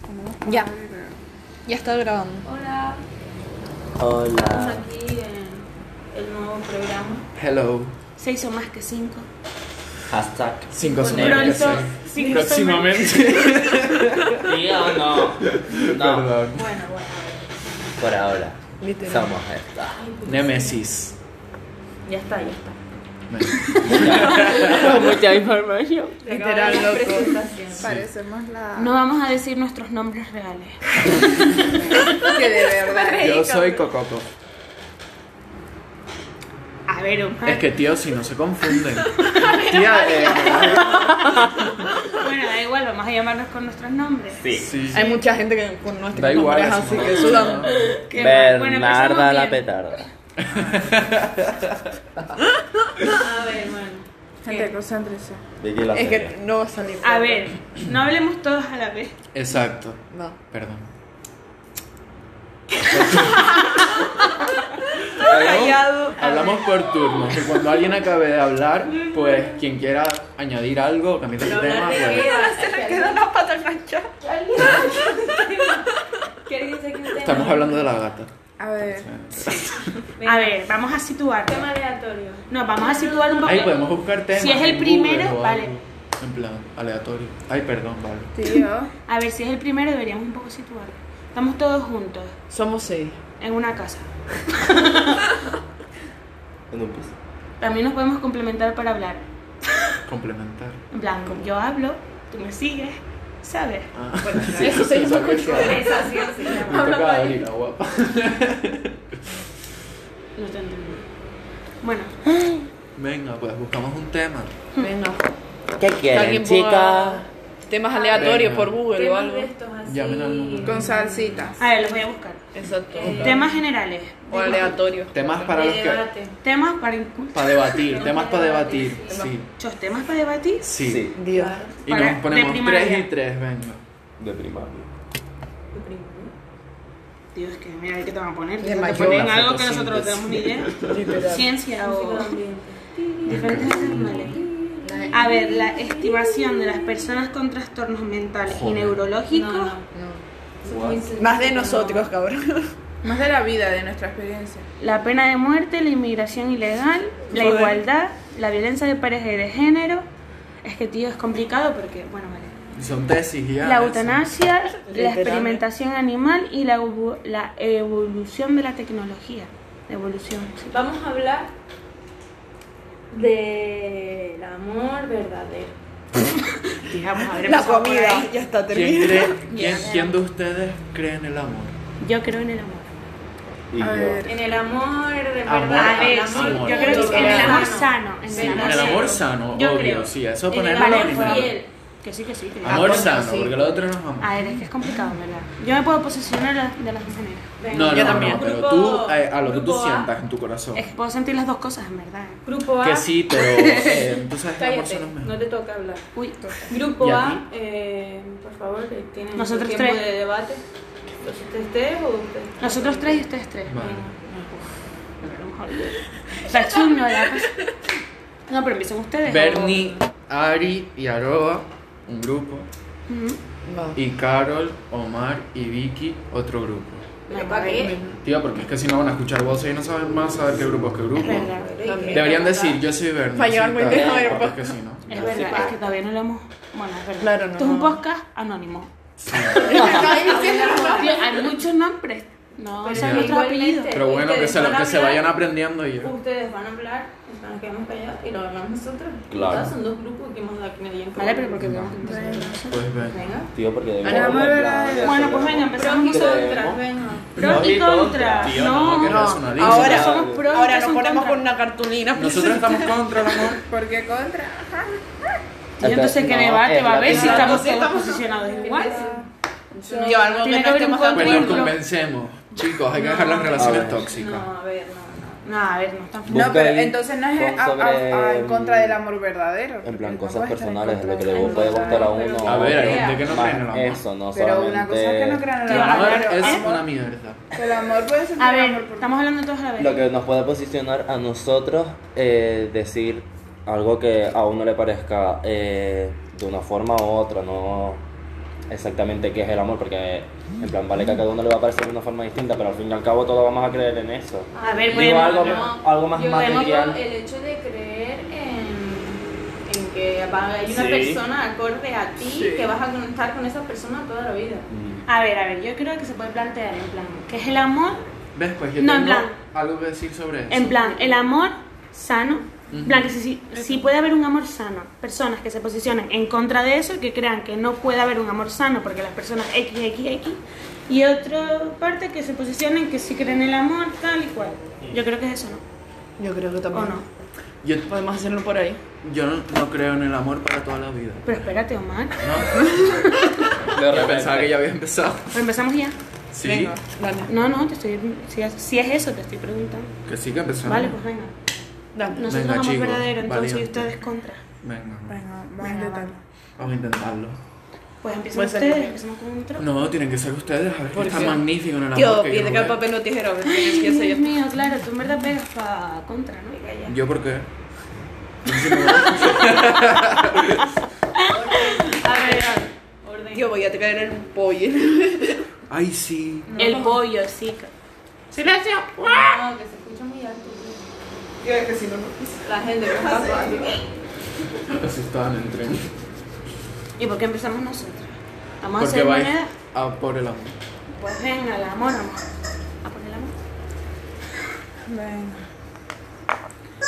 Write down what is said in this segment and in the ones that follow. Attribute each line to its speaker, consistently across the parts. Speaker 1: Como-
Speaker 2: Ya. Ya está grabando.
Speaker 1: Hola, estamos
Speaker 3: Hola.
Speaker 1: aquí en el nuevo programa.
Speaker 4: Hello.
Speaker 1: Se hizo más que cinco.
Speaker 3: Hashtag.
Speaker 4: Cinco
Speaker 1: Por
Speaker 4: semanas.
Speaker 1: pronto, cinco
Speaker 4: Próximamente.
Speaker 3: ¿Sí o no? No.
Speaker 4: Perdón.
Speaker 1: semanas. Bueno, bueno,
Speaker 3: Por ahora.
Speaker 2: Literal.
Speaker 3: Somos esta.
Speaker 4: Nemesis.
Speaker 1: ya está, ya está.
Speaker 3: Mucha información.
Speaker 1: Se
Speaker 2: Literal,
Speaker 1: acabaron las
Speaker 2: loco.
Speaker 1: presentaciones.
Speaker 2: Parecemos la.
Speaker 1: No vamos a decir nuestros nombres reales.
Speaker 2: que de verdad.
Speaker 4: Yo soy Cococo.
Speaker 1: A ver, un
Speaker 2: Ah.
Speaker 4: Es que tío, si no se confunden. Tía, eh,
Speaker 1: Bueno, da igual, vamos a llamarnos con nuestros nombres.
Speaker 3: Sí.
Speaker 4: sí.
Speaker 2: Hay mucha gente que con nuestros
Speaker 4: Da igual.
Speaker 2: nombres así que
Speaker 4: eso
Speaker 2: sudan.
Speaker 4: no-
Speaker 1: Qué mal. Bueno, empezamos
Speaker 3: Bernarda la
Speaker 1: bien.
Speaker 3: petarda.
Speaker 1: A ver, bueno.
Speaker 5: Gente,
Speaker 1: ¿qué?
Speaker 5: concéntrense.
Speaker 3: Vicky la
Speaker 2: Es que
Speaker 3: serie.
Speaker 2: no va a salir.
Speaker 1: A ver, no hablemos todos a la vez.
Speaker 4: Exacto.
Speaker 2: No.
Speaker 4: Perdón.
Speaker 2: Callado.
Speaker 4: Hablamos por turno. Que cuando alguien acabe de hablar, pues quien quiera añadir algo, cambiar el tema, pues.
Speaker 2: Se le quedan las patas manchadas.
Speaker 4: Estamos hablando de la gata.
Speaker 5: A ver,
Speaker 1: A ver, vamos a situar. Tema aleatorio. No, vamos a situar un poco.
Speaker 4: Ahí podemos buscar temas.
Speaker 1: Si es el
Speaker 4: en Google
Speaker 1: primero,
Speaker 4: o
Speaker 1: vale.
Speaker 4: algo, En plan, aleatorio. Ay, perdón, vale.
Speaker 5: tío.
Speaker 1: A ver, si es el primero deberíamos un poco situarlo. Estamos todos juntos,
Speaker 2: Somos seis.
Speaker 1: en una casa.
Speaker 3: En un piso.
Speaker 1: También nos podemos complementar para hablar.
Speaker 4: Complementar.
Speaker 1: En plan, como yo hablo, tú me sigues, ¿sabes?
Speaker 4: Ah,
Speaker 2: eso se llama
Speaker 4: sabes que- Me toca
Speaker 1: para-
Speaker 4: abrir, la guapa.
Speaker 1: No te entendí. Bueno,
Speaker 4: Venga, pues buscamos un tema.
Speaker 2: Venga.
Speaker 3: ¿Qué
Speaker 2: Alguien
Speaker 3: quieren,
Speaker 2: ponga
Speaker 3: chicas?
Speaker 2: Temas aleatorios
Speaker 4: Venga.
Speaker 2: por Google o algo.
Speaker 4: Llamen al número.
Speaker 5: Con salsitas.
Speaker 1: a ver, los voy a buscar.
Speaker 2: Exacto.
Speaker 1: Temas generales.
Speaker 2: O aleatorios.
Speaker 4: Temas para los que.
Speaker 1: Temas para incultos.
Speaker 4: Para debatir, temas para debatir. Sí,
Speaker 1: Temas para debatir.
Speaker 4: sí.
Speaker 2: Dios.
Speaker 4: Y
Speaker 1: Para-
Speaker 4: nos
Speaker 1: de
Speaker 4: ponemos
Speaker 1: primaria.
Speaker 4: 3 y 3, venga.
Speaker 3: De primaria.
Speaker 1: Dios, que mira, ¿qué te van a poner?
Speaker 2: De
Speaker 1: Te
Speaker 2: mayor.
Speaker 1: ponen
Speaker 4: La
Speaker 1: algo que nosotros no
Speaker 4: fotosíntesis.
Speaker 1: tenemos ni idea.
Speaker 2: Literal.
Speaker 1: Ciencia o diferentes animales. A ver, la estimación de las personas con trastornos mentales
Speaker 4: Joder.
Speaker 1: y neurológicos.
Speaker 2: Más de nosotros, cabrón.
Speaker 5: Más de la vida, de nuestra experiencia.
Speaker 1: La pena de muerte, la inmigración ilegal, la
Speaker 2: Joder.
Speaker 1: igualdad, la violencia de pareja y de género. Es que, tío, es complicado porque, bueno, vale.
Speaker 4: Son tesis ya.
Speaker 1: La
Speaker 4: eso.
Speaker 1: eutanasia, la
Speaker 2: Literal.
Speaker 1: experimentación animal y la, evo- la evolución de la tecnología. Evolución, sí.
Speaker 6: Vamos a hablar del amor verdadero.
Speaker 1: Digamos, habremos
Speaker 2: La
Speaker 1: pasado por
Speaker 2: comida.
Speaker 1: ahí.
Speaker 2: Ya está
Speaker 4: ¿Quién,
Speaker 2: terminada.
Speaker 4: cree, quién, quién de ustedes cree en el amor?
Speaker 1: Yo creo en el amor.
Speaker 3: Y
Speaker 5: A
Speaker 3: yo.
Speaker 5: ver.
Speaker 6: En el amor, en
Speaker 4: Amor,
Speaker 6: verdad. el
Speaker 4: amor,
Speaker 6: amor,
Speaker 1: Yo creo que en el amor sano. En
Speaker 4: Sí,
Speaker 1: el amor
Speaker 4: el amor
Speaker 1: sano.
Speaker 4: sano,
Speaker 1: Yo
Speaker 4: obvio,
Speaker 1: creo.
Speaker 4: sí, eso
Speaker 6: En el
Speaker 4: ponerlo
Speaker 6: amor
Speaker 4: primero.
Speaker 6: fiel.
Speaker 1: Que sí, que sí. que-
Speaker 4: Amor
Speaker 2: Ah,
Speaker 4: sano,
Speaker 2: sí.
Speaker 4: porque lo otro no es amor.
Speaker 1: A ver, es que es complicado, ¿verdad? Yo me puedo posicionar de las- de las dos maneras.
Speaker 6: Venga.
Speaker 4: No, no,
Speaker 2: Yo
Speaker 4: no,
Speaker 2: también.
Speaker 4: pero
Speaker 6: Grupo-
Speaker 4: tú, eh, a lo que tú
Speaker 6: grupo A.
Speaker 4: sientas en tu corazón.
Speaker 1: Es que puedo sentir las dos cosas, en verdad. ¿eh?
Speaker 6: Grupo A.
Speaker 4: Que sí, pero eh, tú sabes que el amor
Speaker 6: ah. Cállate,
Speaker 4: sano es
Speaker 6: no
Speaker 4: mejor.
Speaker 6: te toca hablar.
Speaker 1: Uy,
Speaker 6: Grupo
Speaker 4: ¿Y a
Speaker 6: A,
Speaker 4: ti?
Speaker 6: eh, por favor, que tienen
Speaker 1: Nosotros
Speaker 6: tiempo
Speaker 1: tres.
Speaker 6: de debate. ¿Los ustedes tres o ustedes?
Speaker 1: nosotros tres y ustedes tres.
Speaker 4: Vale.
Speaker 1: A lo mejor. Está chungo, ¿verdad? No, pero empiecen ustedes.
Speaker 4: Bernie, Ari y Aroa, un grupo.
Speaker 1: Ujú.
Speaker 2: No.
Speaker 4: Y Carol, Omar y Vicky, otro grupo.
Speaker 6: ¿Pero
Speaker 1: Vamos a
Speaker 6: para
Speaker 1: ver.
Speaker 6: qué?
Speaker 4: Tío, porque es que si no van a escuchar voces y no saben más saber qué grupo es qué
Speaker 1: Es
Speaker 4: grupo.
Speaker 1: verdad.
Speaker 4: Deberían decir, yo soy Bernie.
Speaker 2: Para llevar
Speaker 4: sí,
Speaker 2: muy
Speaker 4: tal,
Speaker 2: bien, ¿verdad?
Speaker 4: porque es que si no.
Speaker 1: Es verdad, es que todavía no lo hemos. Bueno, es verdad.
Speaker 2: Claro, no.
Speaker 1: Esto es un podcast anónimo. Tío, hay muchos nombres. No, o sea,
Speaker 4: ya.
Speaker 1: nuestros apellidos.
Speaker 4: Pero bueno, que se, lo, que se vayan aprendiendo y ya.
Speaker 6: Ustedes van a hablar, entonces nos quedamos callados y lo hablamos nosotros.
Speaker 3: Claro.
Speaker 6: Entonces, Son dos grupos que hemos dado que me digan
Speaker 1: Vale, pero porque
Speaker 4: No.
Speaker 1: tenemos que empezar con eso.
Speaker 4: Pues ven.
Speaker 6: Venga.
Speaker 3: Tío, porque debemos
Speaker 5: Al amor
Speaker 3: hablar.
Speaker 5: verdadero.
Speaker 1: Bueno, pues venga,
Speaker 6: Pros
Speaker 1: empezamos.
Speaker 6: y
Speaker 3: Creemos.
Speaker 6: contras, venga.
Speaker 1: Pros y contras.
Speaker 4: Tío, no,
Speaker 1: No,
Speaker 4: que
Speaker 2: No,
Speaker 4: racionalismo.
Speaker 2: ahora,
Speaker 1: somos pro,
Speaker 2: ahora
Speaker 1: ustedes
Speaker 2: nos
Speaker 1: son
Speaker 2: ponemos
Speaker 1: contra.
Speaker 2: con una cartulina.
Speaker 4: Nosotros estamos contra el amor.
Speaker 5: ¿Por qué contra?
Speaker 1: Y entonces, ¿qué
Speaker 3: No,
Speaker 1: debate
Speaker 3: es
Speaker 1: va a
Speaker 3: la
Speaker 1: haber si
Speaker 3: primera.
Speaker 1: estamos todos posicionados igual?
Speaker 2: Yo algo que no
Speaker 1: Tiene que haber un
Speaker 2: estemos
Speaker 1: contra.
Speaker 4: Pues
Speaker 2: de
Speaker 4: nos
Speaker 2: acuerdo.
Speaker 4: convencemos. Chicos, hay que dejar las
Speaker 3: A
Speaker 4: relaciones
Speaker 3: ver.
Speaker 4: tóxicas.
Speaker 6: No, a ver, no,
Speaker 1: No, a ver, no están
Speaker 3: Busca
Speaker 5: No, pero
Speaker 3: ahí
Speaker 5: entonces no es
Speaker 3: con-
Speaker 5: a- a-
Speaker 3: sobre,
Speaker 5: a- en contra
Speaker 3: mm,
Speaker 5: del amor verdadero.
Speaker 3: En plan,
Speaker 5: porque
Speaker 3: cosas
Speaker 5: no puedes estar en
Speaker 3: personales, lo que
Speaker 5: contra
Speaker 3: le
Speaker 5: del
Speaker 3: puede
Speaker 5: amor
Speaker 3: gustar a
Speaker 5: verdadero.
Speaker 3: uno.
Speaker 4: A ver, hay
Speaker 6: Crea.
Speaker 4: gente que no cree en el
Speaker 3: Más
Speaker 4: amor.
Speaker 3: Eso, no
Speaker 5: Pero
Speaker 3: solamente.
Speaker 5: una cosa es que no crean en el
Speaker 4: El amor
Speaker 5: amor. pero
Speaker 4: es
Speaker 6: ¿eh?
Speaker 5: amor-
Speaker 4: una mierda.
Speaker 5: El amor puede ser
Speaker 1: A
Speaker 5: el
Speaker 1: ver,
Speaker 5: amor por-
Speaker 1: estamos hablando todos a la vez.
Speaker 3: Lo que nos puede posicionar a nosotros eh, decir algo que a uno le parezca eh, de una forma u otra, no exactamente qué es el amor, porque en plan vale que a cada uno le va a parecer de una forma distinta, pero al fin y al cabo todos vamos a creer en eso.
Speaker 1: A ver,
Speaker 3: Digo,
Speaker 1: bueno,
Speaker 3: algo,
Speaker 1: no.
Speaker 3: algo más
Speaker 6: Yo
Speaker 3: material.
Speaker 6: el hecho de creer en, en que va- hay una
Speaker 4: Sí.
Speaker 6: persona acorde a ti
Speaker 4: Sí.
Speaker 6: que vas a conectar con esa persona toda la vida.
Speaker 3: Mm,
Speaker 1: A ver, a ver, yo creo que se puede plantear en plan, ¿qué es el amor?
Speaker 4: ¿Ves? Pues yo
Speaker 1: No, en
Speaker 4: tengo
Speaker 1: plan.
Speaker 4: algo que decir sobre eso.
Speaker 1: En plan, el amor sano. En
Speaker 4: Ujú.
Speaker 1: plan, que si, si- si puede haber un amor sano, personas que se posicionen en contra de eso y que crean que no puede haber un amor sano porque las personas X, X, X. Y otra parte que se posicionen que sí creen en el amor tal y cual. Yo creo que es eso, ¿no?
Speaker 2: Yo creo que
Speaker 1: ¿O
Speaker 2: también.
Speaker 1: no?
Speaker 4: Yo,
Speaker 2: Podemos hacerlo por ahí.
Speaker 4: yo no, no creo en el amor para toda la vida.
Speaker 1: Pero espérate, Omar.
Speaker 3: de
Speaker 4: Yo
Speaker 3: repente.
Speaker 4: pensaba que ya había empezado.
Speaker 1: Pues empezamos ya.
Speaker 4: Sí,
Speaker 2: Venga, dale.
Speaker 1: No, no, te estoy. Si es, si es eso, te estoy preguntando.
Speaker 4: que sí que empezó.
Speaker 1: Vale, pues venga.
Speaker 2: Dale.
Speaker 1: Nosotros
Speaker 4: Ah. Venga,
Speaker 1: amor
Speaker 4: chicos,
Speaker 1: verdadero, entonces y
Speaker 4: valiente.
Speaker 1: ustedes contra.
Speaker 4: Venga,
Speaker 5: Venga, vamos a
Speaker 1: Venga,
Speaker 5: intentarlo.
Speaker 4: vamos a intentarlo.
Speaker 1: Pues empiezan
Speaker 2: Pues,
Speaker 1: ustedes,
Speaker 2: venga.
Speaker 1: empezamos con un tro.
Speaker 4: No, tienen que ser ustedes. A ver, que
Speaker 2: ¿Por
Speaker 4: está
Speaker 2: qué?
Speaker 4: magnífico en el amor.
Speaker 2: Tío,
Speaker 4: que
Speaker 2: pierde
Speaker 4: yo
Speaker 2: que el
Speaker 4: veo.
Speaker 2: papel no tijera. ¿ves? ¿Qué sé
Speaker 1: Dios
Speaker 2: yo?
Speaker 1: mío, claro, tú en verdad pegas para contra, ¿no?
Speaker 4: ¿Yo por qué?
Speaker 6: A ver, a ver, orden.
Speaker 2: Yo voy a te caer en el pollo.
Speaker 4: Ay, sí.
Speaker 1: El pollo, sí. ca- ¡Silencio!
Speaker 6: No, que se escucha muy alto. tío.
Speaker 2: Yo es que si no, no.
Speaker 6: La gente que pasa por aquí.
Speaker 4: Así estaban en tren.
Speaker 1: ¿Y por qué empezamos nosotros? Vamos a
Speaker 4: Porque
Speaker 1: hacer
Speaker 4: vais
Speaker 1: moneda.
Speaker 4: a por el amor.
Speaker 1: Pues venga, el amor, amor. A poner el amor.
Speaker 5: Venga.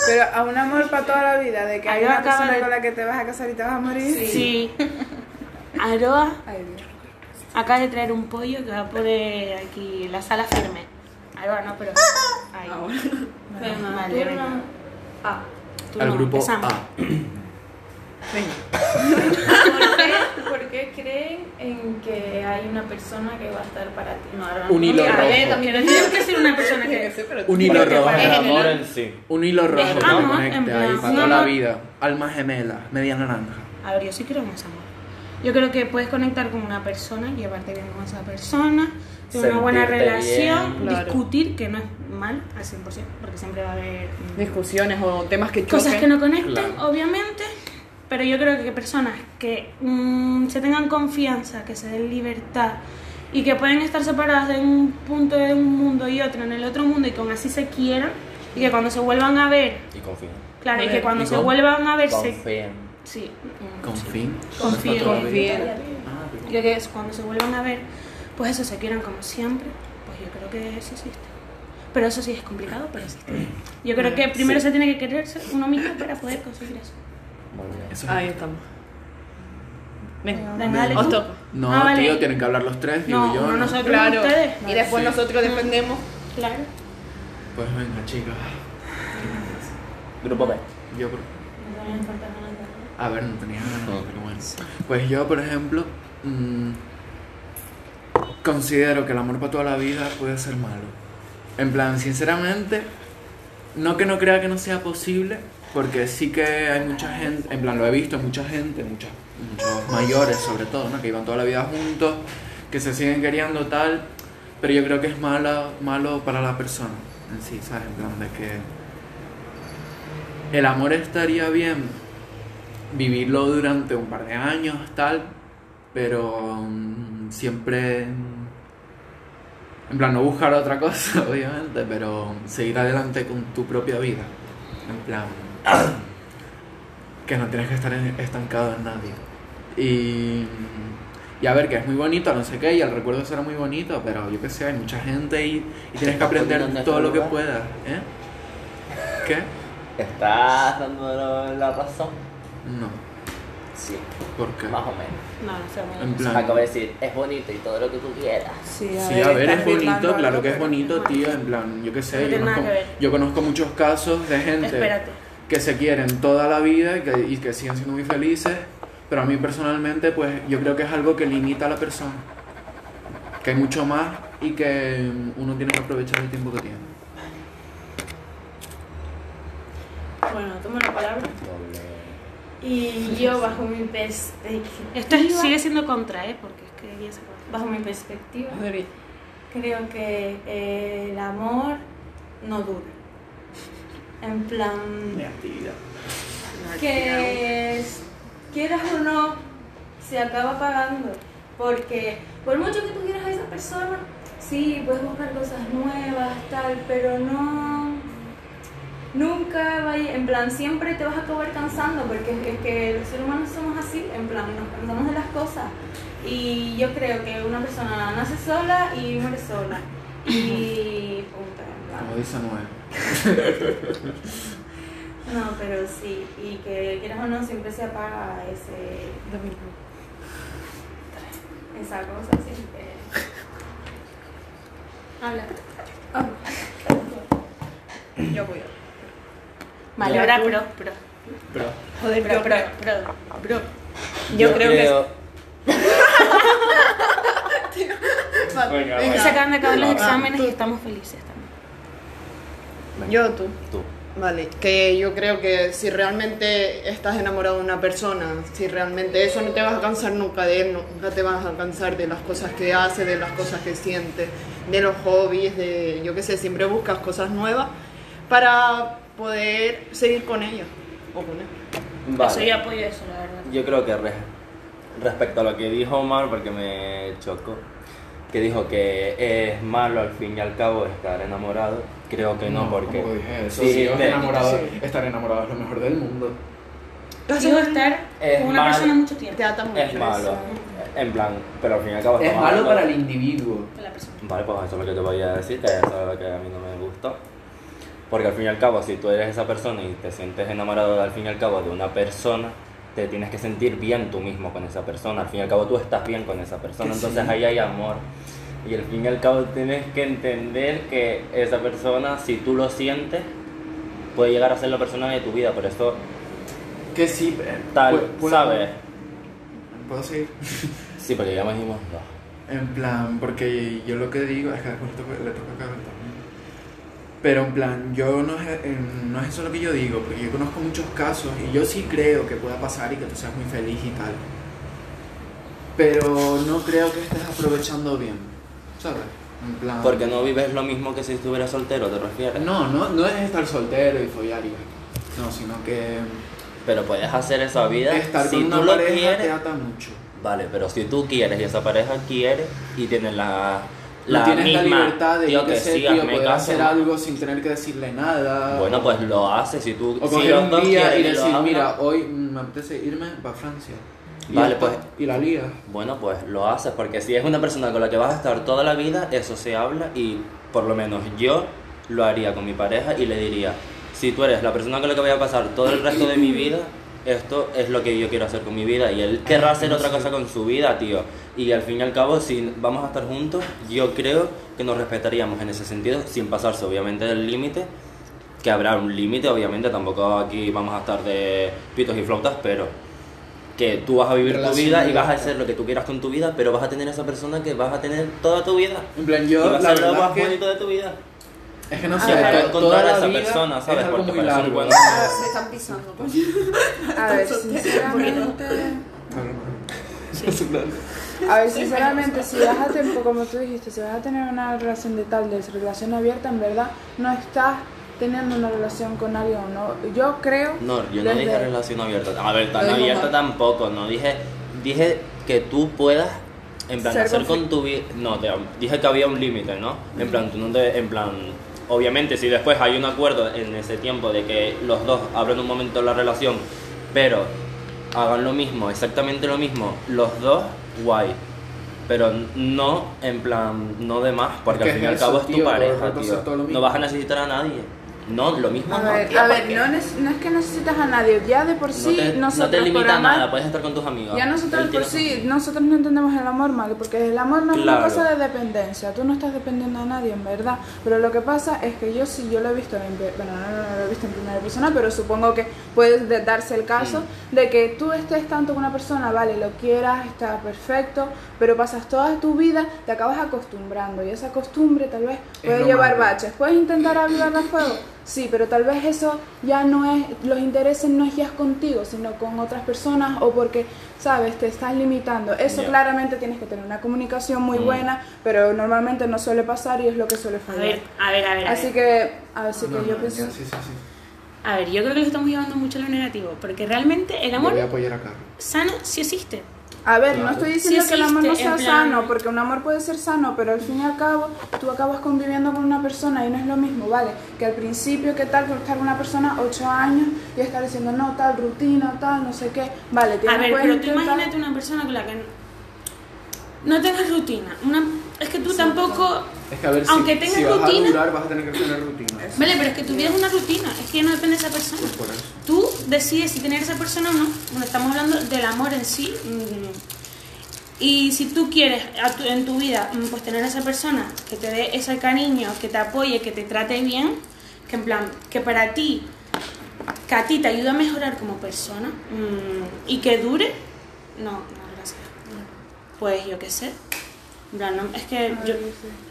Speaker 5: Pero a un amor para toda la vida, de que
Speaker 1: Ahí
Speaker 5: hay
Speaker 1: va a
Speaker 5: una
Speaker 1: acabar
Speaker 5: persona
Speaker 1: el-
Speaker 5: con la que te vas a casar y te vas a morir.
Speaker 1: Sí. Aroa
Speaker 5: Ay, Dios.
Speaker 1: acaba de traer un pollo que va a poner aquí en la sala firme. Aroa, no, pero. Ahí.
Speaker 6: Venga,
Speaker 1: Ah, Vale,
Speaker 6: tú
Speaker 1: venga.
Speaker 6: no. Ah,
Speaker 1: Tú
Speaker 4: Al
Speaker 1: no,
Speaker 4: grupo
Speaker 1: empezamos.
Speaker 4: A.
Speaker 6: ¿por qué, por qué creen en que hay una persona que va a estar para ti? No, ahora no.
Speaker 4: Un hilo
Speaker 6: A
Speaker 1: A ver,
Speaker 4: rojo.
Speaker 1: también no tienes que ser una persona que.
Speaker 4: Un hilo
Speaker 3: Para que
Speaker 4: rojo.
Speaker 3: para el
Speaker 1: Para
Speaker 3: amor
Speaker 1: generar-
Speaker 3: en sí.
Speaker 4: Un hilo rojo que
Speaker 1: Vamos,
Speaker 4: nos conecte
Speaker 1: en
Speaker 4: ahí
Speaker 1: plan,
Speaker 4: para toda la
Speaker 1: amor.
Speaker 4: vida. Alma gemela, media naranja.
Speaker 1: A ver, yo sí creo en ese amor. Yo creo que puedes conectar con una persona, llevarte bien con esa persona, tener una buena
Speaker 3: Sentirte
Speaker 1: relación,
Speaker 2: bien, claro.
Speaker 1: discutir, que no es mal al 100%, porque siempre va a haber mm,
Speaker 2: Discusiones o temas que choquen.
Speaker 1: cosas que no conectan,
Speaker 4: Claro.
Speaker 1: obviamente. Pero yo creo que personas que mm, se tengan confianza, que se den libertad y que pueden estar separadas de un punto de un mundo y otro en el otro mundo y que aún así se quieran y que cuando se vuelvan a ver,
Speaker 3: Y confío.
Speaker 1: claro, y
Speaker 2: Vale.
Speaker 1: que cuando
Speaker 4: ¿Y
Speaker 1: se
Speaker 4: con-
Speaker 1: vuelvan a ver, se,
Speaker 3: Confíen.
Speaker 1: sí, mm,
Speaker 4: Con
Speaker 1: sí.
Speaker 4: fin.
Speaker 1: Confío.
Speaker 4: Para toda la vida.
Speaker 2: Confío.
Speaker 4: Ah,
Speaker 1: Yo creo que es cuando se vuelvan a ver, pues eso, se quieran como siempre, pues yo creo que eso existe. Pero eso sí es complicado, pero
Speaker 3: Mm.
Speaker 1: existe. Yo creo que primero se tiene que quererse uno mismo para poder conseguir eso.
Speaker 3: Muy bien.
Speaker 4: Eso es-
Speaker 2: Ahí estamos.
Speaker 3: Ah,
Speaker 2: Venga.
Speaker 1: Venga, dale
Speaker 2: Os
Speaker 1: tú.
Speaker 2: toca.
Speaker 4: No,
Speaker 1: Ah, vale.
Speaker 4: tío, tienen que hablar los tres, digo
Speaker 1: No,
Speaker 4: yo.
Speaker 1: no,
Speaker 4: ¿no?
Speaker 1: nosotros,
Speaker 2: Claro.
Speaker 1: ustedes.
Speaker 2: Y después nosotros defendemos.
Speaker 1: Claro.
Speaker 4: Pues venga, chicas.
Speaker 3: Grupo B.
Speaker 4: Yo por-
Speaker 6: No me importa
Speaker 4: A
Speaker 6: nada.
Speaker 4: ver, no tenía ganas,
Speaker 3: No.
Speaker 4: pero bueno. Pues yo, por ejemplo, mm, considero que el amor para toda la vida puede ser malo. En plan, sinceramente, no que no crea que no sea posible, porque sí que hay mucha gente, en plan, lo he visto, mucha gente, mucha- muchos mayores sobre todo, ¿no? Que iban toda la vida juntos, que se siguen queriendo tal, pero yo creo que es mala, malo para la persona en sí, ¿sabes? En plan, de que el amor estaría bien vivirlo durante un par de años, tal, pero mm, siempre... mm, En plan, no buscar otra cosa, obviamente, pero seguir adelante con tu propia vida. En plan, que no tienes que estar en- estancado en nadie. Y, mm, y a ver, que es muy bonito, no sé qué, y el recuerdo será muy bonito, pero yo qué sé, hay mucha gente y, y tienes que aprender todo lo que puedas. ¿eh? ¿Qué?
Speaker 3: ¿Estás dando la razón?
Speaker 4: No,
Speaker 3: Sí,
Speaker 4: ¿por qué?
Speaker 3: más o menos.
Speaker 1: No, no sé.
Speaker 4: En plan,
Speaker 3: Acabo de decir, es bonito y todo lo que tú quieras.
Speaker 5: Sí,
Speaker 4: Sí, a ver,
Speaker 5: estás
Speaker 4: es bonito,
Speaker 5: firmando
Speaker 4: claro
Speaker 5: algo,
Speaker 4: que es
Speaker 5: pero-
Speaker 4: bonito,
Speaker 1: bueno.
Speaker 4: tío, en plan, yo qué
Speaker 1: No
Speaker 4: sé, yo
Speaker 1: tiene nada
Speaker 4: conozco,
Speaker 1: que ver.
Speaker 4: yo conozco muchos casos de gente
Speaker 1: Espérate.
Speaker 4: que se quieren toda la vida y que, y que siguen siendo muy felices, pero a mí personalmente, pues yo creo que es algo que limita a la persona, que hay mucho más y que uno tiene que aprovechar el tiempo que tiene.
Speaker 6: Bueno, tomo la palabra. Y yo, bajo mi perspectiva.
Speaker 1: Esto es- sigue siendo contra, ¿eh? Porque es que ya se acabó.
Speaker 6: Bajo mi perspectiva,
Speaker 2: Madre.
Speaker 6: creo que eh, el amor no dura. En plan.
Speaker 4: Negatividad.
Speaker 6: que es- quieras o no, se acaba pagando.
Speaker 7: Porque por mucho que tú quieras a esa persona, sí, puedes buscar cosas nuevas, tal, pero no. Nunca vaya, en plan, siempre te vas a acabar cansando, porque es, es que los seres humanos somos así, en plan, nos cansamos de las cosas. Y yo creo que una persona nace sola y muere sola. Y. puta, en plan.
Speaker 4: Como dice Noel.
Speaker 7: No, pero sí, y que quieras o no, siempre se apaga ese, esa cosa, siempre.
Speaker 1: Habla.
Speaker 2: Yo voy a.
Speaker 1: Vale, ahora pro, pro.
Speaker 4: Pero
Speaker 1: Joder, pro, pro, pro.
Speaker 2: Yo creo que-
Speaker 3: Venga,
Speaker 2: Venga.
Speaker 1: Y se acaban de acabar los
Speaker 3: Ah,
Speaker 1: exámenes y estamos felices también.
Speaker 2: Yo tú.
Speaker 3: Tú.
Speaker 2: Vale, que yo creo que si realmente estás enamorado de una persona, si realmente eso no te vas a cansar nunca de él, nunca te vas a cansar de las cosas que hace, de las cosas que siente, de los hobbies, de yo qué sé, siempre buscas cosas nuevas para poder seguir con ella o con él.
Speaker 3: Vale.
Speaker 1: Eso yo apoyo eso, la verdad.
Speaker 3: Yo creo que re- respecto a lo que dijo Omar, porque me chocó, que dijo que es malo al fin y al cabo estar enamorado, creo que no, porque...
Speaker 4: tampoco dije eso.
Speaker 3: Sí,
Speaker 4: Si yo
Speaker 3: de-
Speaker 4: enamorado, estar enamorado es lo mejor del mundo.
Speaker 1: Digo estar
Speaker 3: Es
Speaker 1: con una
Speaker 3: mal.
Speaker 1: persona mucho tiempo.
Speaker 2: Te ata mucho.
Speaker 3: Es malo, en plan, pero al fin y al cabo...
Speaker 4: Es
Speaker 3: estamos
Speaker 4: malo
Speaker 3: hablando-
Speaker 4: para el individuo.
Speaker 1: Con la persona.
Speaker 3: Vale, pues eso es lo que te voy a decir, que eso es lo que a mí no me gustó. Porque al fin y al cabo, si tú eres esa persona y te sientes enamorado al fin y al cabo de una persona, te tienes que sentir bien tú mismo con esa persona. Al fin y al cabo tú estás bien con esa persona,
Speaker 4: Que sí.
Speaker 3: entonces ahí hay amor. Y al fin y al cabo tienes que entender que esa persona, si tú lo sientes, puede llegar a ser la persona de tu vida. Por eso,
Speaker 4: Que sí, eh,
Speaker 3: tal,
Speaker 4: pu- puedo-
Speaker 3: ¿sabes?
Speaker 4: ¿Puedo seguir?
Speaker 3: Sí, porque ya me dijimos no.
Speaker 4: En plan, porque yo lo que digo es que después le toca, le toca a Carol también. Pero en plan, yo no es, eh, no es eso lo que yo digo, porque yo conozco muchos casos y yo sí creo que pueda pasar y que tú seas muy feliz y tal. Pero no creo que estés aprovechando bien, ¿sabes? En plan...
Speaker 3: Porque no vives lo mismo que si estuvieras soltero, ¿te refieres?
Speaker 4: No, no, no es estar soltero y follar y... No, sino que
Speaker 3: Pero puedes hacer esa vida
Speaker 4: estar
Speaker 3: si
Speaker 4: con
Speaker 3: tú
Speaker 4: una
Speaker 3: lo
Speaker 4: pareja
Speaker 3: quieres.
Speaker 4: te ata mucho.
Speaker 3: Vale, pero si tú quieres y esa pareja quiere y tienen la,
Speaker 4: No
Speaker 3: la
Speaker 4: tienes
Speaker 3: misma,
Speaker 4: la libertad de
Speaker 3: tío,
Speaker 4: yo que sé,
Speaker 3: sigas,
Speaker 4: tío,
Speaker 3: me
Speaker 4: poder
Speaker 3: caso.
Speaker 4: hacer algo sin tener que decirle nada.
Speaker 3: Bueno, pues lo haces si tú
Speaker 4: O
Speaker 3: si
Speaker 4: coger
Speaker 3: los
Speaker 4: un
Speaker 3: dos
Speaker 4: día
Speaker 3: quieren
Speaker 4: y
Speaker 3: lo
Speaker 4: decir,
Speaker 3: hablan.
Speaker 4: mira, hoy mm, me apetece irme para Francia. Y
Speaker 3: Vale,
Speaker 4: ya
Speaker 3: pues.
Speaker 4: está. Y la liga.
Speaker 3: Bueno, pues lo haces porque si es una persona con la que vas a estar toda la vida, eso se habla y por lo menos yo lo haría con mi pareja y le diría, si tú eres la persona con la que voy a pasar todo el resto de mi vida, esto es lo que yo quiero hacer con mi vida y él querrá hacer otra cosa con su vida, tío. Y al fin y al cabo, si vamos a estar juntos, yo creo que nos respetaríamos en ese sentido sin pasarse obviamente del límite. Que habrá un límite, obviamente, tampoco aquí vamos a estar de pitos y flautas, pero que tú vas a vivir tu
Speaker 4: Relación
Speaker 3: vida y vas a
Speaker 4: directa.
Speaker 3: hacer lo que tú quieras con tu vida, pero vas a tener esa persona que vas a tener toda tu vida.
Speaker 4: En plan,
Speaker 3: y
Speaker 4: yo,
Speaker 3: va a
Speaker 4: la
Speaker 3: ser lo
Speaker 4: verdad
Speaker 3: más
Speaker 4: es que,
Speaker 3: bonito de tu vida.
Speaker 4: es que no
Speaker 3: Y
Speaker 4: sé,
Speaker 3: ojalá
Speaker 4: to-
Speaker 3: encontrar
Speaker 4: toda
Speaker 3: a
Speaker 4: la
Speaker 3: esa
Speaker 4: vida
Speaker 3: persona, ¿sabes?
Speaker 4: Es algo
Speaker 3: Porque
Speaker 4: muy
Speaker 3: para ser
Speaker 4: largo.
Speaker 3: bueno-
Speaker 2: Ah, me están pisando.
Speaker 5: A ver, sinceramente. A ver, sinceramente, si vas a tener, como tú dijiste, si vas a tener una relación de tal, de relación abierta, en verdad no estás teniendo una relación con alguien, ¿no? Yo creo.
Speaker 3: No, yo no
Speaker 5: desde-
Speaker 3: dije relación abierta. A ver, tan
Speaker 2: Lo dijo
Speaker 3: abierta
Speaker 2: mal.
Speaker 3: tampoco, no dije dije que tú puedas en plan
Speaker 5: Ser
Speaker 3: hacer con tu vida, no, te- dije que había un límite, ¿no? En plan, tú no te- en plan obviamente si después hay un acuerdo en ese tiempo de que los dos abren un momento la relación, pero hagan lo mismo, exactamente lo mismo, los dos, guay. Pero no, en plan, no de más, porque
Speaker 4: ¿Qué
Speaker 3: al fin y
Speaker 4: es
Speaker 3: al
Speaker 4: eso,
Speaker 3: cabo es tu
Speaker 4: tío? Todo el
Speaker 3: pareja,
Speaker 4: rato hacer
Speaker 3: tío.
Speaker 4: todo lo
Speaker 3: No
Speaker 4: mismo.
Speaker 3: vas a necesitar a nadie. No, lo mismo
Speaker 5: A
Speaker 3: no,
Speaker 5: ver,
Speaker 3: tío,
Speaker 5: a ver,
Speaker 3: porque-
Speaker 5: no, neces- no es que necesitas a nadie, ya de por sí
Speaker 3: no te, no
Speaker 5: nosotros
Speaker 3: te limita
Speaker 5: por amar-
Speaker 3: nada, puedes estar con tus amigos.
Speaker 5: Ya nosotros
Speaker 3: Él
Speaker 5: por
Speaker 3: tiene
Speaker 5: sí,
Speaker 3: sus-
Speaker 5: nosotros no entendemos el amor mal, porque el amor no es
Speaker 3: Claro.
Speaker 5: una cosa de dependencia, tú no estás dependiendo de nadie en verdad, pero lo que pasa es que yo sí, yo lo he visto, en, pe- bueno, no, no, no lo he visto en primera persona, pero supongo que puede de- darse el caso
Speaker 3: Mm.
Speaker 5: de que tú estés tanto con una persona, vale, lo quieras, está perfecto, pero pasas toda tu vida, te acabas acostumbrando y esa costumbre tal vez puede
Speaker 4: lo
Speaker 5: llevar
Speaker 4: malo.
Speaker 5: baches, puedes intentar avivar el fuego. Sí, pero tal vez eso ya no es, los intereses no es ya contigo, sino con otras personas o porque, sabes, te estás limitando. Eso
Speaker 3: Ya.
Speaker 5: claramente tienes que tener una comunicación muy
Speaker 3: Mm.
Speaker 5: buena, pero normalmente no suele pasar y es lo que suele
Speaker 1: A
Speaker 5: fallar.
Speaker 1: ver, a ver, a ver. a
Speaker 5: Así
Speaker 1: ver.
Speaker 5: que, así
Speaker 4: No,
Speaker 5: que
Speaker 4: no,
Speaker 5: yo
Speaker 4: ya,
Speaker 5: pienso...
Speaker 4: Sí, sí, sí.
Speaker 1: A ver, yo creo que lo estamos llevando mucho a lo negativo, porque realmente el
Speaker 4: Yo voy a
Speaker 1: amor
Speaker 4: apoyar a Carlos.
Speaker 1: sano sí existe.
Speaker 5: A ver, no
Speaker 3: Claro.
Speaker 5: estoy diciendo
Speaker 1: Sí
Speaker 5: que el amor no
Speaker 1: existe,
Speaker 5: sea
Speaker 1: en plan-
Speaker 5: sano, porque un amor puede ser sano, pero al fin y al cabo tú acabas conviviendo con una persona y no es lo mismo, ¿vale? Que al principio, ¿qué tal? Estar con una persona ocho años y estar diciendo, no, tal, rutina, tal, no sé qué. Vale,
Speaker 1: A
Speaker 5: tienes
Speaker 1: ver,
Speaker 5: puedes
Speaker 1: pero tú
Speaker 5: intentar-
Speaker 1: imagínate una persona con la que no, no tengas rutina. Una, es que tú tampoco.
Speaker 4: Es que a ver si-
Speaker 1: Aunque
Speaker 4: si,
Speaker 1: tengas
Speaker 4: vas
Speaker 1: rutina-
Speaker 4: a durar, vas a tener que hacer una rutina.
Speaker 1: Vale, pero es que tú tienes una rutina. Es que no depende de esa persona.
Speaker 4: Pues por eso.
Speaker 1: Tú decides si tener esa persona o no. Bueno, estamos hablando del amor en sí. mm. Y si tú quieres a tu- en tu vida mm, pues tener a esa persona que te dé ese cariño, que te apoye, que te trate bien, que en plan, que para ti, que a ti te ayuda a mejorar como persona mm, y que dure, no, no, gracias. Pues yo qué sé. En plan, no- es que yo,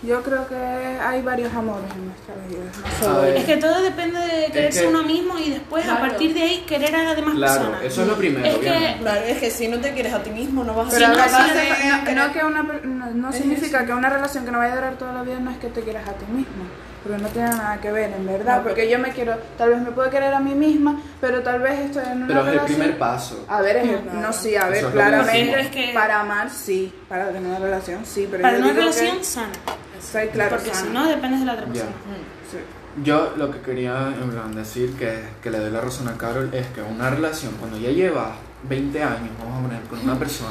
Speaker 5: Yo creo que hay varios amores en nuestra vida. no
Speaker 4: A
Speaker 5: solo
Speaker 4: ver.
Speaker 5: uno.
Speaker 1: es que todo depende de quererse
Speaker 4: que-
Speaker 1: uno mismo y después a
Speaker 8: Claro.
Speaker 1: partir de ahí querer a las demás
Speaker 4: Claro,
Speaker 1: personas.
Speaker 4: eso es lo primero,
Speaker 1: Es que
Speaker 4: obviamente.
Speaker 9: Claro, es que si no te quieres a ti mismo no vas a
Speaker 5: Pero
Speaker 1: Sí,
Speaker 5: a
Speaker 1: no,
Speaker 5: ver,
Speaker 1: sí,
Speaker 5: no,
Speaker 1: sí,
Speaker 5: se-
Speaker 9: sí,
Speaker 5: no-
Speaker 9: sí.
Speaker 5: no que una per- no- no
Speaker 9: Es
Speaker 5: significa que una relación que no vaya a durar toda la vida no es que te quieras a ti mismo. Porque no tiene nada que ver, en verdad.
Speaker 9: No,
Speaker 5: porque yo me quiero, tal vez me puedo querer a mí misma, pero tal vez estoy en una
Speaker 4: Pero es el
Speaker 5: relación.
Speaker 4: primer paso.
Speaker 5: A ver, es-
Speaker 9: No,
Speaker 5: no,
Speaker 9: no.
Speaker 5: sí, a ver,
Speaker 4: Eso es lo que
Speaker 5: claramente.
Speaker 1: decimos. Es que-
Speaker 5: Para amar, sí. Para tener una relación, sí. Pero
Speaker 1: para
Speaker 5: yo
Speaker 1: una
Speaker 5: digo que
Speaker 1: relación sana.
Speaker 5: Soy claro.
Speaker 1: porque si
Speaker 5: sana.
Speaker 1: no, dependes de la otra
Speaker 4: Ya.
Speaker 1: persona.
Speaker 5: Sí.
Speaker 4: Yo lo que quería en plan, decir que, que le doy la razón a Carol es que una relación, cuando ya llevas 20 años, vamos a poner, con una persona,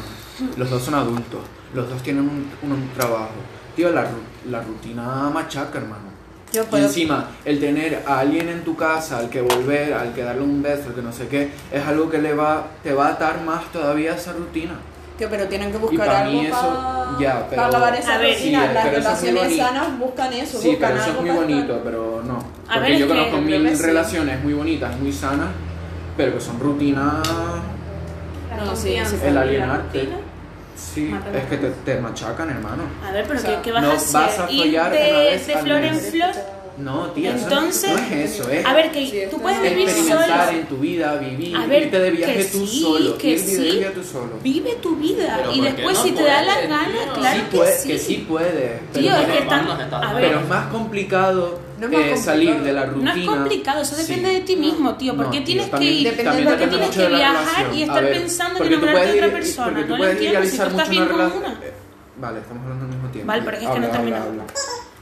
Speaker 4: los dos son adultos, los dos tienen un, un- un trabajo, tío, la, ru- la rutina machaca, hermano.
Speaker 9: Yo
Speaker 4: Y
Speaker 9: puedo.
Speaker 4: encima, el tener a alguien en tu casa, al que volver, al que darle un beso, al que no sé qué, es algo que le va, te va a atar más todavía a esa rutina.
Speaker 9: Tío, pero tienen que
Speaker 4: Y
Speaker 9: buscar
Speaker 4: pa'
Speaker 9: algo
Speaker 4: mí eso-
Speaker 9: para
Speaker 4: ya, pero-
Speaker 9: lavar esa
Speaker 1: A ver,
Speaker 9: rutina.
Speaker 4: sí,
Speaker 9: Las
Speaker 4: pero eso es muy
Speaker 9: relaciones
Speaker 4: bonito.
Speaker 9: sanas buscan eso,
Speaker 4: Sí,
Speaker 9: buscan
Speaker 4: pero eso es
Speaker 9: algo
Speaker 4: muy
Speaker 9: para-
Speaker 4: bonito, pero no.
Speaker 1: A
Speaker 4: Porque
Speaker 1: ver, es
Speaker 4: yo
Speaker 1: que
Speaker 4: conozco
Speaker 1: yo
Speaker 9: creo
Speaker 4: mil
Speaker 9: que sí.
Speaker 4: relaciones muy bonitas, muy sanas, pero que son rutinas.
Speaker 8: La
Speaker 9: No, sí,
Speaker 8: confianza
Speaker 9: sí,
Speaker 4: el
Speaker 8: y la
Speaker 4: alienarte.
Speaker 8: rutina.
Speaker 4: Sí,
Speaker 8: Mata
Speaker 4: es
Speaker 8: la
Speaker 4: que te, te machacan, hermano.
Speaker 1: A ver, pero
Speaker 9: O sea,
Speaker 1: ¿qué, qué vas
Speaker 4: no
Speaker 1: a
Speaker 4: vas
Speaker 1: hacer?
Speaker 4: a
Speaker 1: ¿Ir
Speaker 4: follar
Speaker 1: de,
Speaker 4: una vez
Speaker 1: de
Speaker 4: al
Speaker 1: flor en
Speaker 4: mes.
Speaker 1: flor?
Speaker 4: No, tía, eso
Speaker 1: Entonces-
Speaker 4: no es eso, es
Speaker 1: A ver, que
Speaker 9: Sí, esto
Speaker 1: tú puedes
Speaker 9: no-
Speaker 1: vivir
Speaker 4: experimentar
Speaker 1: solo.
Speaker 4: en tu vida, vivir,
Speaker 1: A ver,
Speaker 4: irte de viaje
Speaker 1: que
Speaker 4: tú
Speaker 1: sí,
Speaker 4: solo,
Speaker 1: que
Speaker 4: irte de
Speaker 1: sí.
Speaker 4: viaje tú solo.
Speaker 1: Vive tu vida
Speaker 3: Pero
Speaker 1: y
Speaker 3: ¿por qué
Speaker 1: después
Speaker 3: no
Speaker 1: si te da
Speaker 3: puedes,
Speaker 1: las
Speaker 3: tío?
Speaker 1: ganas,
Speaker 3: Sí
Speaker 1: claro que
Speaker 4: puede-
Speaker 1: sí.
Speaker 4: que sí puedes, pero,
Speaker 1: Tío,
Speaker 4: no
Speaker 1: es
Speaker 4: es-
Speaker 1: que están...
Speaker 3: vamos, está-
Speaker 1: A ver,
Speaker 4: pero es más complicado,
Speaker 9: No
Speaker 4: eh,
Speaker 9: es más complicado.
Speaker 4: salir de la
Speaker 1: no
Speaker 4: rutina.
Speaker 1: es complicado, eso depende
Speaker 4: Sí.
Speaker 1: de ti mismo, tío. ¿Por
Speaker 4: No,
Speaker 1: qué
Speaker 4: tío,
Speaker 1: tienes que
Speaker 4: también-
Speaker 1: ir?
Speaker 9: Depende
Speaker 4: también
Speaker 9: de lo que
Speaker 4: depende
Speaker 9: tienes
Speaker 4: mucho de
Speaker 1: que
Speaker 4: la
Speaker 1: viajar
Speaker 4: relación.
Speaker 1: y
Speaker 4: A
Speaker 1: estar
Speaker 4: ver,
Speaker 1: pensando en
Speaker 4: porque tú
Speaker 1: enamorarte de
Speaker 4: puedes
Speaker 1: otra
Speaker 4: ir-
Speaker 1: persona,
Speaker 4: Porque tú
Speaker 1: no lo
Speaker 4: puedes
Speaker 1: entiendo, si tú
Speaker 4: idealizar
Speaker 1: estás
Speaker 4: mucho una
Speaker 1: bien con
Speaker 4: relación.
Speaker 1: una.
Speaker 4: Eh, Vale, estamos hablando al mismo tiempo.
Speaker 1: Vale, pero es que no
Speaker 4: Habla,
Speaker 1: he
Speaker 4: habla,
Speaker 1: terminado.
Speaker 4: habla.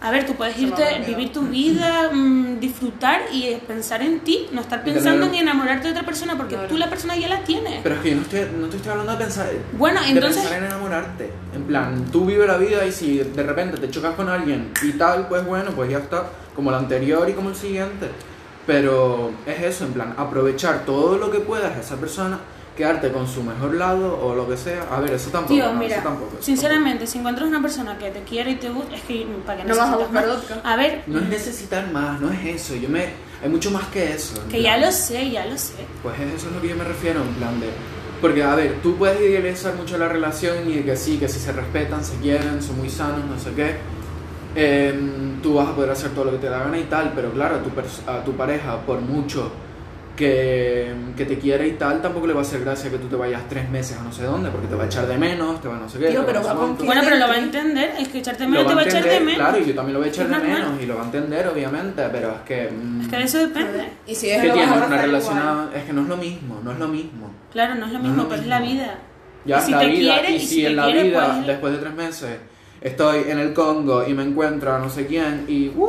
Speaker 1: A ver, tú puedes
Speaker 9: Se me va
Speaker 1: irte,
Speaker 9: a
Speaker 1: vivir tu vida, mm, disfrutar y eh, pensar en ti, no estar
Speaker 4: Y tener-
Speaker 1: pensando en enamorarte de otra persona porque tú la persona ya la tienes.
Speaker 4: Pero es que yo no, estoy, no te estoy hablando de pensar,
Speaker 1: Bueno,
Speaker 4: de
Speaker 1: entonces-
Speaker 4: pensar en enamorarte. En plan, tú vive la vida y si de repente te chocas con alguien y tal, pues bueno, pues ya está, como el anterior y como el siguiente. Pero es eso, en plan, aprovechar todo lo que puedas de esa persona, quedarte con su mejor lado o lo que sea. A ver, eso tampoco.
Speaker 1: Tío,
Speaker 4: no,
Speaker 1: mira,
Speaker 4: eso tampoco, eso
Speaker 1: sinceramente, si encuentras una persona que te quiere y te gusta, es que mm, para que
Speaker 5: No vas a
Speaker 1: necesitas
Speaker 5: buscar
Speaker 1: más?
Speaker 5: otra.
Speaker 1: A ver,
Speaker 4: tampoco. No es necesitar más, no es eso. Yo me, hay mucho más que eso. en
Speaker 1: que ya
Speaker 4: plan.
Speaker 1: lo sé, ya lo sé.
Speaker 4: Pues eso es lo que yo me refiero, en plan de... Porque, a ver, tú puedes idealizar mucho la relación y de que sí, que si se respetan, se quieren, son muy sanos, no sé qué, em, tú vas a poder hacer todo lo que te da gana y tal, pero claro, a tu, pers- a tu pareja, por mucho que, que te quiera y tal, tampoco le va a hacer gracia que tú te vayas tres meses a no sé dónde, porque te va a echar de menos, te va a no sé qué.
Speaker 9: Tío,
Speaker 4: te va
Speaker 9: pero
Speaker 4: no sé
Speaker 9: va a
Speaker 4: cuánto.
Speaker 9: confiar
Speaker 1: Bueno, pero lo va a
Speaker 9: Gente.
Speaker 1: entender, es que echarte de
Speaker 4: Lo
Speaker 1: menos
Speaker 4: va
Speaker 1: te
Speaker 4: a
Speaker 1: va a echar de
Speaker 4: entender,
Speaker 1: menos.
Speaker 4: Claro, y yo también lo voy a echar
Speaker 1: Es
Speaker 4: de
Speaker 1: normal.
Speaker 4: menos y lo va a entender, obviamente, pero es que... mm,
Speaker 1: Es que de eso depende.
Speaker 9: Y si es
Speaker 4: que
Speaker 9: lo
Speaker 4: tienes
Speaker 9: vas a
Speaker 4: una
Speaker 9: pasar
Speaker 4: relación
Speaker 9: igual.
Speaker 4: a- es que no es lo mismo no es lo mismo
Speaker 1: Claro, no es lo
Speaker 4: No es
Speaker 1: mismo,
Speaker 4: lo
Speaker 1: pero es
Speaker 4: mismo.
Speaker 1: la vida.
Speaker 4: ya
Speaker 1: Y si
Speaker 4: la
Speaker 1: te
Speaker 4: vida
Speaker 1: quiere,
Speaker 4: y
Speaker 1: y
Speaker 4: si,
Speaker 1: si
Speaker 4: en
Speaker 1: te
Speaker 4: la
Speaker 1: quiere,
Speaker 4: vida
Speaker 1: pues-
Speaker 4: después de tres meses estoy en el Congo y me encuentro a no sé quién y uh,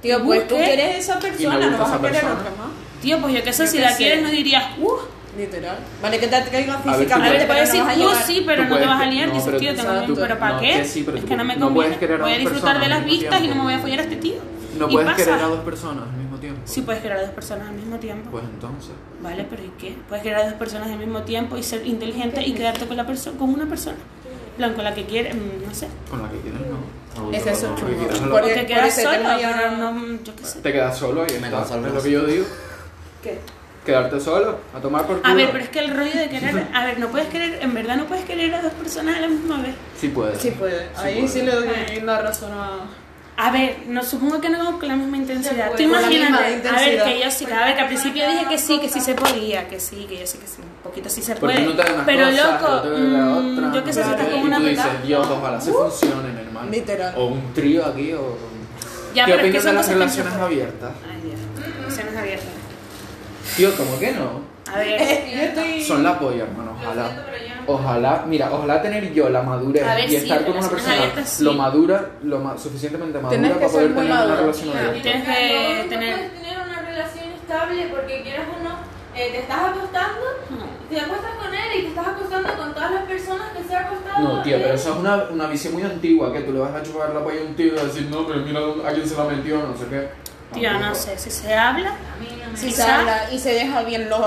Speaker 9: Tío, pues tú
Speaker 1: Busqué
Speaker 9: quieres esa persona,
Speaker 4: gusta
Speaker 9: no vas a
Speaker 4: esa
Speaker 9: querer
Speaker 4: persona.
Speaker 9: otra más.
Speaker 1: Tío, pues yo qué sé,
Speaker 9: Yo
Speaker 1: si
Speaker 9: qué
Speaker 1: la
Speaker 9: sé.
Speaker 1: quieres no dirías, uh,
Speaker 9: Literal. Vale, que te caiga
Speaker 4: tú
Speaker 9: físicamente.
Speaker 1: a ver, te puedes
Speaker 4: Pero
Speaker 9: pero
Speaker 1: decir,
Speaker 9: no vas a
Speaker 1: uh,
Speaker 9: llegar.
Speaker 1: sí, pero
Speaker 4: Tú
Speaker 1: no te
Speaker 4: puedes-
Speaker 1: vas a liar.
Speaker 4: no,
Speaker 1: Dices,
Speaker 4: pero
Speaker 1: tío,
Speaker 4: tú-
Speaker 1: tengo
Speaker 9: exacto,
Speaker 1: un pero ¿para
Speaker 4: no,
Speaker 1: qué?
Speaker 4: que sí, pero
Speaker 1: es
Speaker 4: tú
Speaker 1: que no me
Speaker 4: no puedes
Speaker 1: conviene.
Speaker 4: querer a
Speaker 1: voy a
Speaker 4: dos
Speaker 1: disfrutar de
Speaker 4: personas al
Speaker 1: las
Speaker 4: mismo
Speaker 1: vistas y no
Speaker 4: tiempo.
Speaker 1: me voy a follar a este tío.
Speaker 4: no
Speaker 1: Y
Speaker 4: puedes
Speaker 1: pasa.
Speaker 4: querer a dos personas al mismo tiempo
Speaker 1: Sí, pues. puedes querer a dos personas al mismo tiempo.
Speaker 4: pues entonces
Speaker 1: Vale, pero ¿y qué? Puedes querer a dos personas al mismo tiempo y ser inteligente y quedarte con la persona con una persona. En plan, con la que quieres, mm, no sé.
Speaker 4: con la que quieres no
Speaker 9: Es eso,
Speaker 4: Porque
Speaker 9: chungo.
Speaker 4: quizás lo-
Speaker 1: O
Speaker 9: Porque
Speaker 1: te
Speaker 9: por
Speaker 1: quedas
Speaker 9: ese
Speaker 1: solo,
Speaker 9: tema ya-
Speaker 1: pero no, mm, yo qué sé.
Speaker 4: te quedas solo y
Speaker 3: Me
Speaker 4: está,
Speaker 3: cansa el
Speaker 4: es lo
Speaker 3: brazo.
Speaker 4: que yo digo
Speaker 1: ¿Qué?
Speaker 4: quedarte solo a tomar por culo
Speaker 1: A ver, pero es que el rollo de querer, a ver, no puedes querer, en verdad no puedes querer a dos personas a la misma vez.
Speaker 4: sí puedes
Speaker 9: Sí puede. Ahí
Speaker 4: puede.
Speaker 9: sí le doy la razón a...
Speaker 1: A ver, no supongo que no con la misma intensidad. Tú
Speaker 9: puede, con la
Speaker 1: imagínate,
Speaker 9: misma
Speaker 1: a ver,
Speaker 9: intensidad.
Speaker 1: que yo sí, a ver, que al principio dije que sí, que sí se podía, que sí, que yo sé que sí, un poquito sí se
Speaker 4: Porque
Speaker 1: puede.
Speaker 4: no te da unas
Speaker 1: Pues, pero
Speaker 4: cosas,
Speaker 1: loco,
Speaker 4: no te da la
Speaker 1: mm,
Speaker 4: otra,
Speaker 1: yo que sé,
Speaker 4: no
Speaker 1: si
Speaker 4: te
Speaker 1: estás
Speaker 4: da-
Speaker 1: con
Speaker 4: y
Speaker 1: una
Speaker 4: tú
Speaker 1: pelada.
Speaker 4: dices, Dios, ojalá se funcionen, hermano.
Speaker 9: Literal.
Speaker 4: O un trío aquí, o...
Speaker 1: Ya,
Speaker 4: ¿Qué
Speaker 1: pero es que
Speaker 4: opinas de
Speaker 1: son
Speaker 4: las
Speaker 1: cosas
Speaker 4: relaciones
Speaker 1: que no se
Speaker 4: abiertas?
Speaker 1: Ay, Dios, relaciones abiertas.
Speaker 4: Tío, ¿cómo que no?
Speaker 1: A ver,
Speaker 9: Yo estoy...
Speaker 4: Son la polla, hermano,
Speaker 8: Lo siento,
Speaker 4: ojalá.
Speaker 8: pero yo no
Speaker 4: Ojalá, mira, ojalá tener yo la madurez
Speaker 6: A ver,
Speaker 4: y
Speaker 6: sí,
Speaker 4: estar con una
Speaker 6: relaciones
Speaker 4: persona
Speaker 6: abiertas, sí.
Speaker 4: lo madura, lo ma- suficientemente madura
Speaker 5: Tienes que
Speaker 4: para poder
Speaker 5: ser muy
Speaker 4: tener una
Speaker 5: madura.
Speaker 4: relación
Speaker 6: Claro.
Speaker 4: abierta.
Speaker 1: Tienes
Speaker 6: No,
Speaker 1: que
Speaker 6: no
Speaker 1: tener.
Speaker 6: puedes tener una relación estable porque quieras o no, eh, te estás acostando, te acuestas con él y te estás acostando con todas las personas que se ha acostado.
Speaker 4: No, tío, pero
Speaker 6: él.
Speaker 4: eso es una, una visión muy antigua, que tú le vas a chupar la polla a un tío y vas a decir, no, pero mira a quién se la metió, no sé qué.
Speaker 1: Tío, no
Speaker 4: Tampoco.
Speaker 1: sé, si se habla.
Speaker 6: A mí no me
Speaker 9: Si se
Speaker 1: Quizá.
Speaker 9: habla y se deja bien los.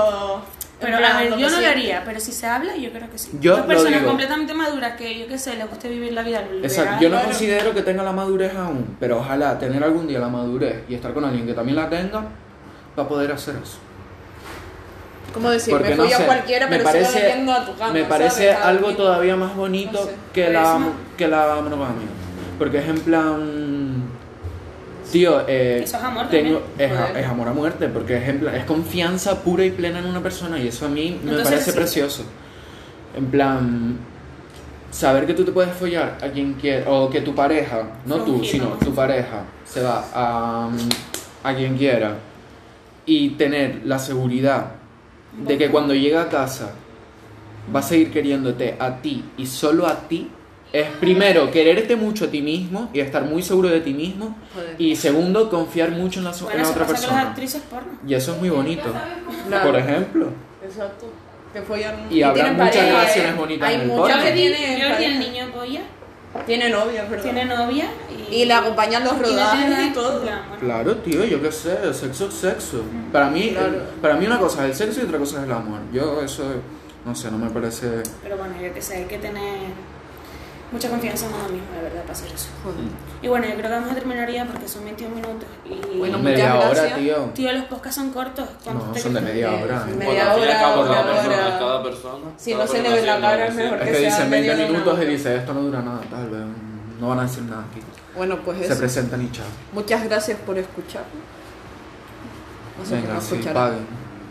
Speaker 1: Pero
Speaker 9: en plan,
Speaker 1: a ver, yo
Speaker 9: que
Speaker 1: no lo
Speaker 9: siente.
Speaker 1: haría, pero si se habla, yo creo que sí.
Speaker 4: Yo
Speaker 1: Dos
Speaker 4: lo
Speaker 1: personas
Speaker 4: digo.
Speaker 1: completamente maduras que yo qué sé, les guste vivir la vida. lo liberal,
Speaker 4: Exacto, yo no
Speaker 1: claro.
Speaker 4: considero que tenga la madurez aún, pero ojalá tener algún día la madurez y estar con alguien que también la tenga para poder hacer eso.
Speaker 9: ¿Cómo decir?
Speaker 4: Porque
Speaker 9: me
Speaker 4: no
Speaker 9: fui
Speaker 4: sé,
Speaker 9: a cualquiera,
Speaker 4: me
Speaker 9: pero
Speaker 4: parece,
Speaker 9: sigo leyendo a tu cama.
Speaker 4: me parece
Speaker 9: ¿sabes?
Speaker 4: algo
Speaker 9: Ah,
Speaker 4: todavía más bonito
Speaker 9: No sé.
Speaker 4: que, la, que la monogamia. Porque es en plan... Tío, eh,
Speaker 1: Eso es amor
Speaker 4: tengo- es,
Speaker 9: también.
Speaker 4: a- es amor a muerte, porque es, en plan- es confianza pura y plena en una persona y eso a mí me
Speaker 1: Entonces,
Speaker 4: parece
Speaker 1: sí.
Speaker 4: precioso. En plan, saber que tú te puedes follar a quien quieras, o que tu pareja, no tú,
Speaker 1: Fungir,
Speaker 4: sino
Speaker 1: ¿no?
Speaker 4: tu pareja, se va a, mm, a quien quiera y tener la seguridad de que cuando llega a casa va a seguir queriéndote a ti y solo a ti es primero quererte mucho a ti mismo y estar muy seguro de ti mismo
Speaker 9: Joder.
Speaker 4: y segundo confiar mucho en la, so- en
Speaker 1: Bueno,
Speaker 4: la
Speaker 1: eso
Speaker 4: otra
Speaker 1: pasa con las
Speaker 4: persona
Speaker 1: actrices porno.
Speaker 4: y eso es muy bonito
Speaker 9: Claro.
Speaker 4: por ejemplo
Speaker 9: Exacto. Que follan.
Speaker 4: Y habrá
Speaker 9: tienen
Speaker 4: muchas
Speaker 9: pareja,
Speaker 4: relaciones
Speaker 9: eh.
Speaker 4: bonitas
Speaker 9: Hay
Speaker 4: en el
Speaker 9: muchas
Speaker 4: porno.
Speaker 9: que
Speaker 1: Jordi,
Speaker 9: tienen.
Speaker 1: Jordi, el
Speaker 9: pareja.
Speaker 1: niño polla,
Speaker 9: Tiene novia, ¿verdad?
Speaker 1: tiene novia y,
Speaker 9: Y le acompañan los
Speaker 1: y no tiene nada
Speaker 9: rodajes
Speaker 1: en
Speaker 9: y todo.
Speaker 1: plan, bueno.
Speaker 4: claro tío yo qué sé sexo es sexo para mí
Speaker 9: Claro.
Speaker 4: para mí una cosa es el sexo y otra cosa es el amor yo eso no sé no me parece
Speaker 1: Pero bueno, yo que sé, hay que tener mucha confianza en uno mismo, la verdad, para hacer eso. Y bueno, yo creo que vamos a terminar ya porque son 21 minutos. Y
Speaker 9: Bueno,
Speaker 4: media
Speaker 9: muchas
Speaker 4: hora
Speaker 9: gracias.
Speaker 4: tío
Speaker 1: tío, los podcasts son cortos. ¿Cuánto
Speaker 4: no
Speaker 1: te-
Speaker 4: son de media hora ¿eh?
Speaker 3: Porque
Speaker 9: Media
Speaker 3: al fin y al
Speaker 9: hora,
Speaker 3: cabo,
Speaker 9: una
Speaker 3: cada persona,
Speaker 9: hora.
Speaker 3: cada persona.
Speaker 9: Si
Speaker 3: cada
Speaker 9: no se le
Speaker 3: persona
Speaker 9: ve la
Speaker 3: tiene
Speaker 9: cara,
Speaker 3: una
Speaker 9: es mejor.
Speaker 4: Es
Speaker 9: que
Speaker 4: que
Speaker 9: sea
Speaker 4: dicen 20
Speaker 9: medio de una
Speaker 4: minutos y
Speaker 9: hora.
Speaker 4: dice esto no dura nada, tal vez no van a decir nada aquí.
Speaker 9: Bueno, pues
Speaker 4: Se
Speaker 9: eso.
Speaker 4: presentan y chao.
Speaker 9: Muchas gracias por escucharnos. No sé qué
Speaker 4: Venga,
Speaker 9: nos
Speaker 4: sí,
Speaker 9: escucharán.
Speaker 4: paguen.